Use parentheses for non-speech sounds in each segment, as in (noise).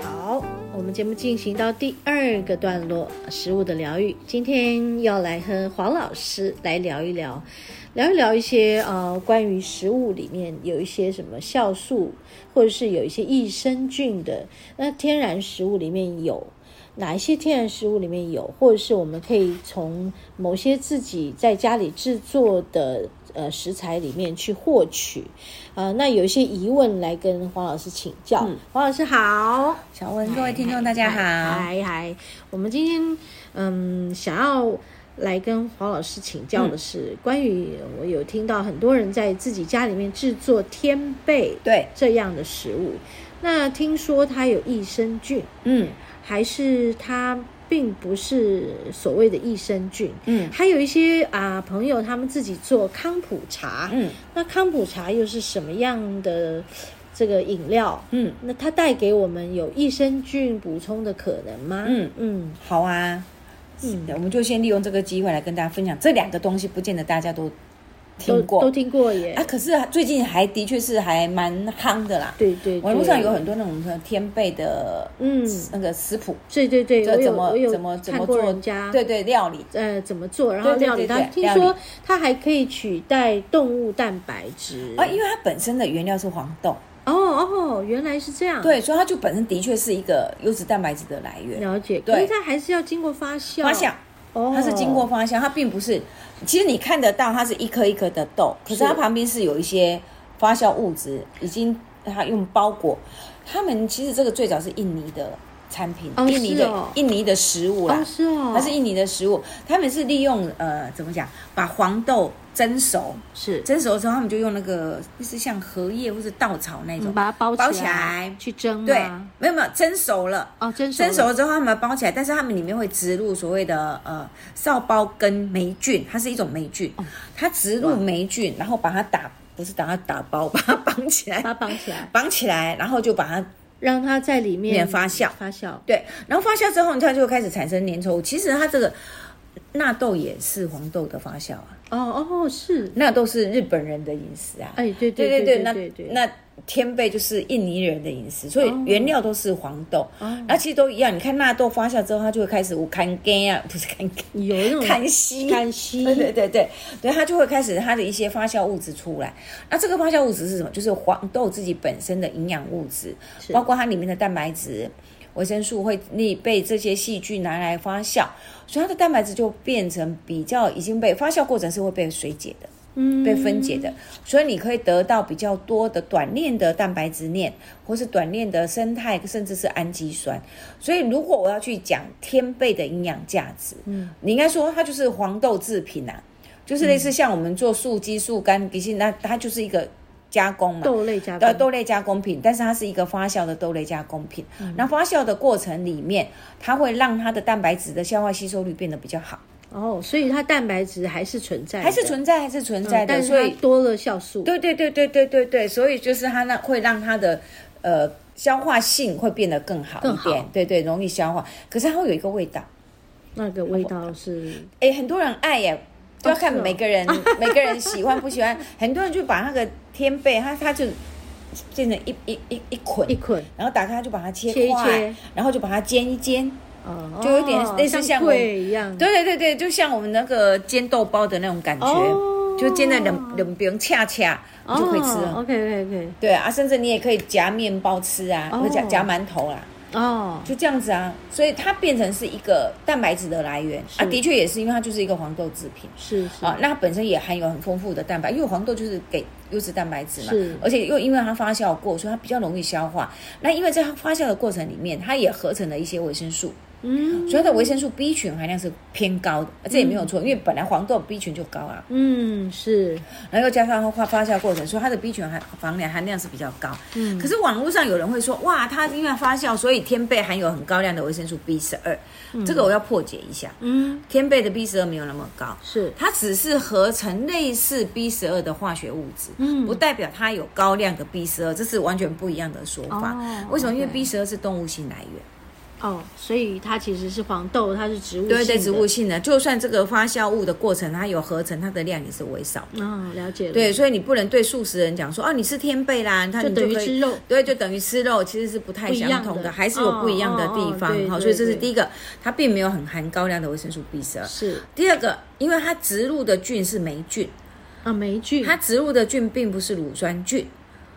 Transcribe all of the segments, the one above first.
好，我们节目进行到第二个段落，食物的疗愈。今天要来和黄老师来聊一聊，聊一聊一些呃关于食物里面有一些什么酵素，或者是有一些益生菌的。那天然食物里面有哪一些天然食物里面有，或者是我们可以从某些自己在家里制作的呃食材里面去获取。呃，那有一些疑问来跟黄老师请教。黄老师好。小文，各位听众大家好。嗨嗨，我们今天嗯想要来跟黄老师请教的是，关于我有听到很多人在自己家里面制作天贝对，这样的食物，那听说它有益生菌，嗯还是它并不是所谓的益生菌？嗯还有一些啊、朋友他们自己做康普茶，嗯那康普茶又是什么样的这个饮料？嗯那它带给我们有益生菌补充的可能吗？嗯嗯好啊。嗯，我们就先利用这个机会来跟大家分享这两个东西，不见得大家都都听都过听过耶。啊。可是最近还的确是还蛮夯的啦。对对，网络上有很多多那种什么天贝的嗯，那个食谱，对对对，我这有怎么我有怎么怎看么过做人家对对，料理。呃怎么做，然后对对料对理它，对听料说理它还可以取代动物蛋白质啊，因为它本身的原料是黄豆，哦哦，原来是这样，，对，所以它就本身的确是一个优质蛋白质的来源。了解，对可是它还是要经过发酵，发酵，哦，它是经过发酵，它并不是，其实你看得到它是一颗一颗的豆，可是它是旁边是有一些发酵物质，已经它用包裹。他们其实这个最早是印尼的产品，哦印尼的、是哦印尼的食物啦，哦是哦，它是印尼的食物，他们是利用呃怎么讲，把黄豆蒸熟，是蒸熟之后他们就用那个就是像荷叶或是稻草那你种，把它包包起起来去蒸吗，对，没有没有蒸熟了。哦蒸啊熟蒸熟了了之后，他们包起来，但是他们里面会植入所谓的呃少孢根霉菌，它是一种霉菌，哦它植入霉菌，然后把它打不是把它打包， (laughs) 把它绑起来，把它绑起来，绑起来，然后就把它让它在里面免发酵发酵，对，然后发酵之后，它就开始产生粘稠物。其实它这个纳豆也是黄豆的发酵啊，哦哦是，纳豆是日本人的饮食啊，哎对对对对对对对，那那天贝就是印尼人的饮食，所以哦原料都是黄豆，哦那其实都一样。你看纳豆发酵之后，它就会开始无看干啊， (laughs) 不是看干，有那种看稀。干稀，对对对对，对它就会开始它的一些发酵物质出来。那这个发酵物质是什么？就是黄豆自己本身的营养物质，是包括它里面的蛋白质、维生素会你被这些细菌拿来发酵，所以它的蛋白质就变成比较已经被发酵过程是会被水解的。嗯被分解的，所以你可以得到比较多的短链的蛋白质链，或是短链的生态，甚至是氨基酸。所以，如果我要去讲天贝的营养价值，嗯，你应该说它就是黄豆制品啊，就是嗯类似像我们做素鸡、素干，其实那它就是一个加工嘛，豆类加的工，豆类加工品，但是它是一个发酵的豆类加工品。嗯那发酵的过程里面，它会让它的蛋白质的消化吸收率变得比较好，哦，所以它蛋白质还是存在的，还是存在，还是存嗯在的，但所是以它多了酵素，对对对对对对对，所以就是它那会让它的呃消化性会变得更好更一好点，对对，容易消化。可是它会有一个味道，那个味道是哎，很多人爱耶，就要看是哦每个 (laughs) 人、每个人喜欢不喜欢。很多人就把那个天贝，它它就变成一一一一捆一，捆，然后打开它就把它切切一块，切然后就把它煎一煎。哦，就有点类似像我们贵一样，对对对对，就像我们那个煎豆包的那种感觉，哦就煎的冷冷冰恰恰，你哦，就可以吃了。 OK OK OK，对啊，甚至你也可以夹面包吃啊，哦或者夹夹馒头啦、哦，就这样子啊。所以它变成是一个蛋白质的来源是啊，的确也是因为它就是一个黄豆制品是是啊，那它本身也含有很丰富的蛋白，因为黄豆就是给优质蛋白质是嘛，而且又因为它发酵过，所以它比较容易消化。那因为在它发酵的过程里面，它也合成了一些维生素，嗯所以它的维生素 B 群含量是偏高的，这也没有错，因为本来黄豆 B 群就高啊，嗯是，然后又加上它发发酵过程，所以它的 B 群含含量含量是比较高。嗯可是网络上有人会说，哇，它因为发酵，所以天贝含有很高量的维生素 B 十二，这个我要破解一下，嗯天贝的 B 十二没有那么高。是，它只是合成类似 B 十二的化学物质，嗯不代表它有高量的 B 十二，这是完全不一样的说法。哦为什么？因为 OK B 十二是动物性来源，哦，所以它其实是黄豆，它是植物对性对，的植物性的，就算这个发酵物的过程它有合成，它的量也是微少的。嗯、了解了，对，，所以你不能对素食人讲说，哦，你吃天贝啦，它就你等于可以吃肉，对，就等于吃肉，其实是不太不一样相同的，的还是有不一样的地方。哦哦哦对好，对所以这是对第一个，它并没有很含高量的维生素 B 十二。是第二个，因为它植入的菌是霉菌，啊，霉菌，它植入的菌并不是乳酸菌，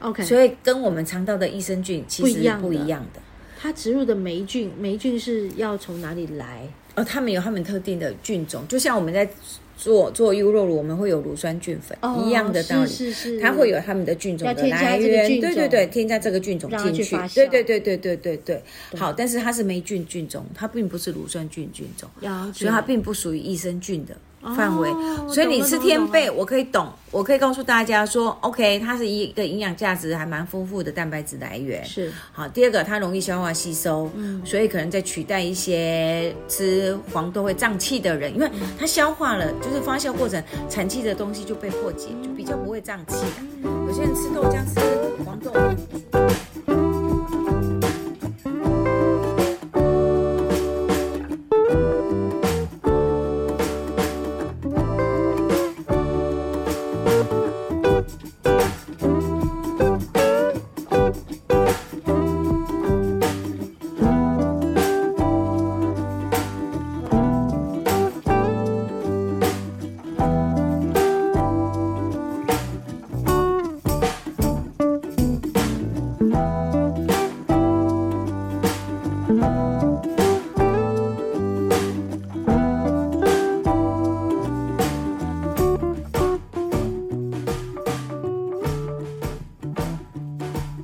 OK，所以跟我们肠道的益生菌其不实一样的不一样的。它植入的霉菌，霉菌是要从哪里来？哦，他们有他们特定的菌种，就像我们在做做优酪乳，我们会有乳酸菌粉、一样的道理。哦是是是，它会有他们的菌种要的添加来这个源，菌对对种对，添加这个菌种让它进去去发，对酵对对对对对对。好，但是它是霉菌菌种，它并不是乳酸菌菌种，了解，所以它并不属于益生菌的范围。哦所以你懂了吃懂了天贝，懂我可以懂，我可以告诉大家说，OK，它是一个营养价值还蛮丰富的蛋白质来源。是嗯好，第二个它容易消化吸收，所以可能在取代一些吃黄豆会胀气的人，因嗯为它消化了，就是发酵过程产气的东西就被破解，就比较不会胀气啊。嗯有些人吃豆浆吃黄豆。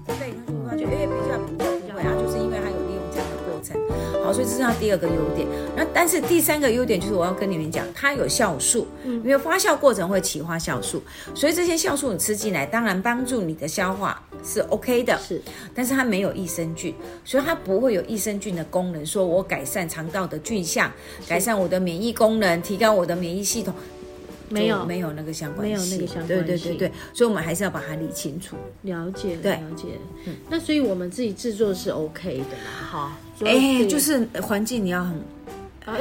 对，他就会发觉，哎、比较比较不会啊，就是因为他有利用这样的过程。好，所以这是他第二个优点。那但是第三个优点就是我要跟你们讲，它有酵素，嗯因为发酵过程会起花酵素，所以这些酵素你吃进来，当然帮助你的消化是 OK 的。是但是它没有益生菌，所以它不会有益生菌的功能。说我改善肠道的菌相，改善我的免疫功能，提高我的免疫系统，没就有没有那个相关没有那性个相关对对对性对，所以我们还是要把它理清楚。了解对嗯了解，那所以我们自己制作是 OK 的 (laughs) 啦，哈，所哎、以就是环境你要 (laughs) 很。嗯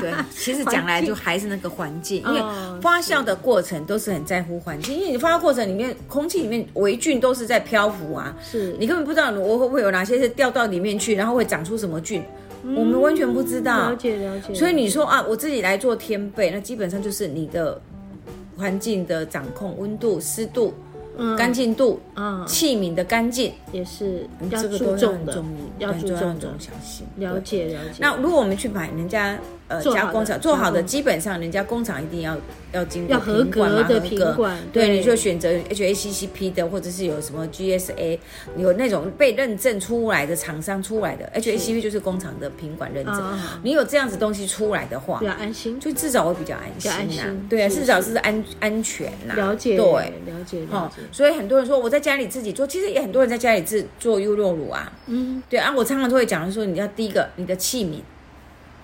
对，其实讲来就还是那个环境，因为哦发酵的过程都是很在乎环境，因为你发酵过程里面，空气里面微菌都是在漂浮啊，是你根本不知道我会不会有哪些是掉到里面去，然后会长出什么菌，我们完全不知道嗯了。解了解，所以你说啊，我自己来做天贝，那基本上就是你的环境的掌控，温度、湿度、嗯干净度、嗯器皿的干净，也是要这个注都要重很的，重要要，注对都重很的重，详细。了对解了解。那如果我们去买人家呃做好的加工厂做好加的，工基本上人家工厂一定要要经过要合品管格嘛的合品格管对，对你就选择 HACCP 的，或者是有什么 GSA，有那种被认证出来的厂商出来的 HACCP 就是工厂的品管认证啊啊啊。你有这样子东西出来的话比，较安心，就至少会比较安较安心啦心。对啊，是至少是安安全啦。了解对。了解了哦解，，所以很多人说我在家里自己做，其实也很多人在家里自做优酪乳啊。嗯对啊，我常常都会讲说，你要第一个，你的器皿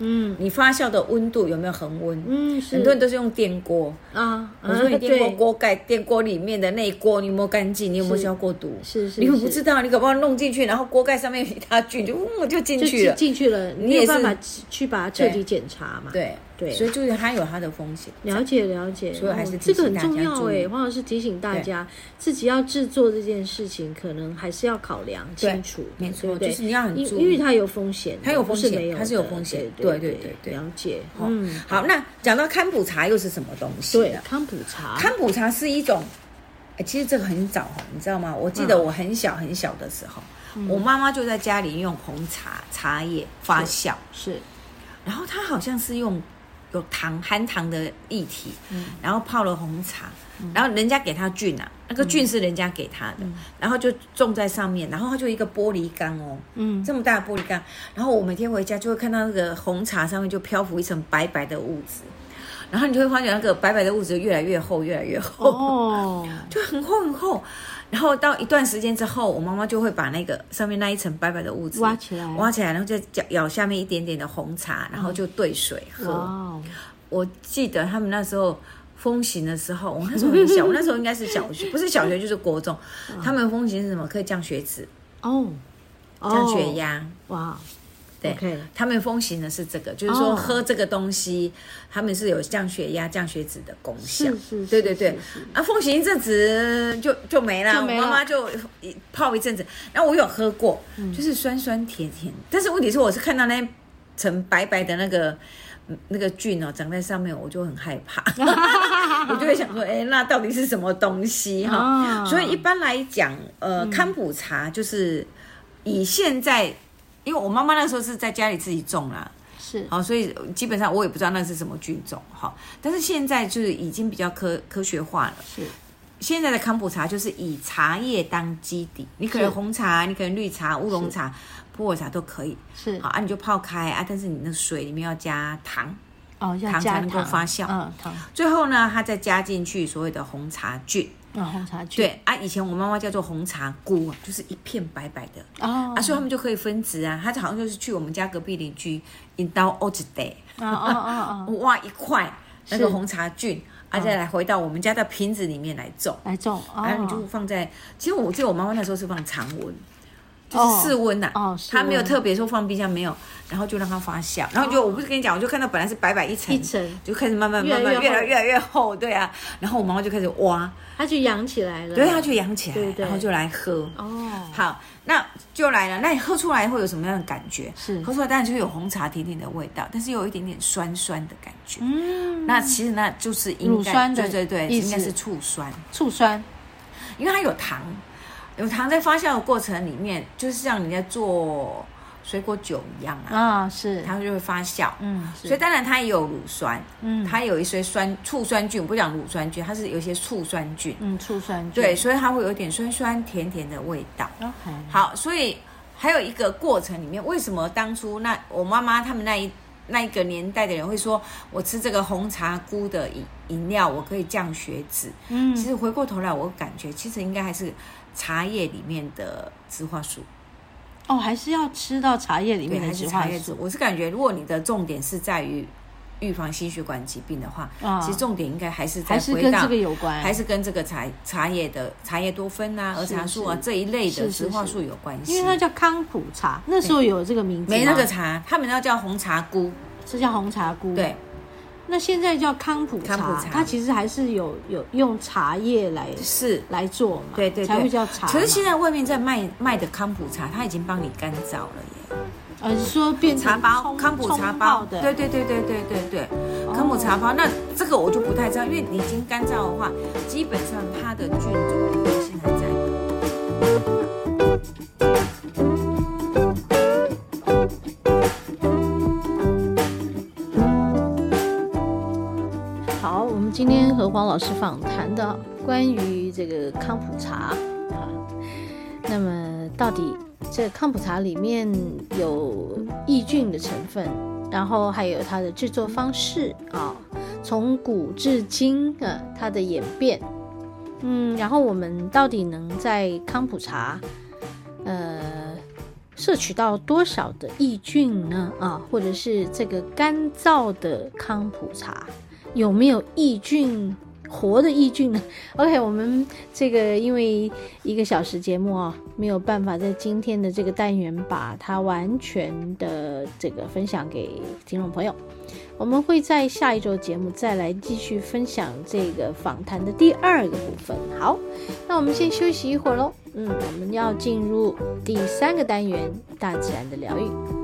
嗯你发酵的温度有没有恒温？嗯，是很多人都是用电锅。啊，我说你啊电锅对锅盖，电锅里面的那一锅你有没有干净？你有没有消过毒？是是你又是不知道，你搞不好弄进去，然后锅盖上面有一大菌，就嗯就进就去了。进去了，你你没也有是办法去去把它彻底检查嘛？，对对所以就是它有它的风险。了解了解，所以还是哦提这个醒很大重家要注哎，意黄老师提醒大对家，自己要制作这件事情，可能还是要考量对清楚，没错对不对就是你要很因注意因为它有风险的，它有风险不是没有的，它是有风险对对对对，对对了解，哦嗯，好，那讲到堪普茶又是什么东西？对，，康普茶，堪普茶是一种，哎其实这个很早哦，你知道吗？我记得嗯我很小很小的时候，我妈妈就在家里用红茶茶叶发酵，是然后它好像是用有糖含糖的液体，嗯然后泡了红茶，然后人家给他菌啊，那个嗯菌是人家给他的，然后就种在上面，然后它就一个玻璃缸哦，嗯这么大的玻璃缸，然后我每天回家就会看到那个红茶上面就漂浮一层白白的物质，然后你就会发觉那个白白的物质越来越厚，越来越厚，哦，就很厚很厚。然后到一段时间之后，我妈妈就会把那个上面那一层白白的物质挖起来嗯挖起来，然后就舀舀下面一点点的红茶，然后就兑水喝。哇哦，我记得他们那时候风行的时候，我那时候很 (laughs) 小，我那时候应该是小学，不是小学就是国中。嗯他们风行是什么？可以降血脂、哦，降血压。哦，哇，对 OK 他们风行的是这个，就是哦说喝这个东西，他们是有降血压、降血脂的功效。是是是对对对是是。啊，风行一阵子就就没了，就没了我嗯妈妈就一泡一阵子。然后我有喝过，就是酸酸甜甜，但是问题是我是看到那层白白的那个。嗯那个菌哦，长在上面，我就很害 (laughs) 怕，我就会想说，哎、那到底是什么东西哈、啊嗯所以一般来讲，呃，康普茶就是以现在，因为我妈妈那时候是在家里自己种啦，是好，所以基本上我也不知道那是什么菌种哈。但是现在就是已经比较科科学化了。是，现在的康普茶就是以茶叶当基底，你可是能红茶，你可能绿茶、乌龙茶、普洱茶都可以。是好啊，你就泡开啊，但是你那水里面要加糖，哦，要糖加才能够发酵嗯，糖，最后呢，它再加进去所谓的红茶菌。嗯，红茶菌，，对啊，以前我妈妈叫做红茶菇，就是一片白白的。哦啊，，所以他们就可以分值啊。他好像就是去我们家隔壁邻居引刀欧子得，哦哦哦哦，挖一块那是个红茶菌，啊，再来回到我们家的瓶子里面来种，来种，然后你哎就哦，放在。其实我记得我妈妈那时候是放常温，就哦是室温呐、哦室她没有温哦特别说放冰箱没有，然后就让它发酵。然后就我不是跟你讲，我就看到本来是白白一层一层就开始慢慢越来慢慢越越来厚越来越厚，对啊。然后我妈妈就开始挖，它就养起来了，对，它就养起来，对对然后就来喝。哦，好，那就来了。那你喝出来会有什么样的感觉？是喝出来当然就是有红茶甜甜的味道，但是有一点点酸酸的感觉。嗯，那其实那就是应该乳酸的对对对，意思应该是醋酸，醋酸，因为它有糖，有糖在发酵的过程里面，就是像你在做水果酒一样啊，啊，是，它就会发酵。嗯，所以是，当然它也有乳酸，嗯它有一些酸醋酸菌，不讲乳酸菌，它是有一些醋酸菌，嗯，醋酸菌，对，所以它会有一点酸酸甜甜的味道。 ，OK，好，所以还有一个过程里面，为什么当初那我妈妈他们那一那一个年代的人会说，我吃这个红茶菇的饮饮料，我可以降血脂？嗯其实回过头来，我感觉其实应该还是茶叶里面的植化素，哦，还是要吃到茶叶里对，面还的是植茶化叶素素。我是感觉，如果你的重点是在于预防心血管疾病的话，啊其实重点应该还是在还是回跟到这个有关，还是跟这个茶茶叶的茶叶多酚啊、儿是茶素啊是这一类是的是植化是素有关系。因为它叫康普茶，那时候有这个名字吗，没那个茶，他们要叫红茶菇，是叫红茶菇，对，那现在叫康普茶，康普茶它其实还是有有用茶叶来是，来做嘛，对对对，才会叫茶嘛。可是现在外面在卖卖的康普茶，它已经帮你干燥了耶，呃你说变成茶包冲康普茶冲包泡，的，对对对对对对哦对，康普茶包，那这个我就不太知道，因为你已经干燥的话，基本上它的菌种活性还在。好，我们今天和黄老师访谈的关于这个康普茶啊，那么到底这康普茶里面有抑菌的成分，然后还有它的制作方式啊，从古至今啊它的演变，嗯，然后我们到底能在康普茶，呃。摄取到多少的抑菌呢？啊，或者是这个干燥的康普茶，有没有抑菌活的抑菌呢 (laughs) ？OK，我们这个因为一个小时节目啊，没有办法在今天的这个单元把它完全的这个分享给听众朋友。我们会在下一周节目再来继续分享这个访谈的第二个部分。好，那我们先休息一会儿喽。嗯，我们要进入第三个单元——大自然的疗愈。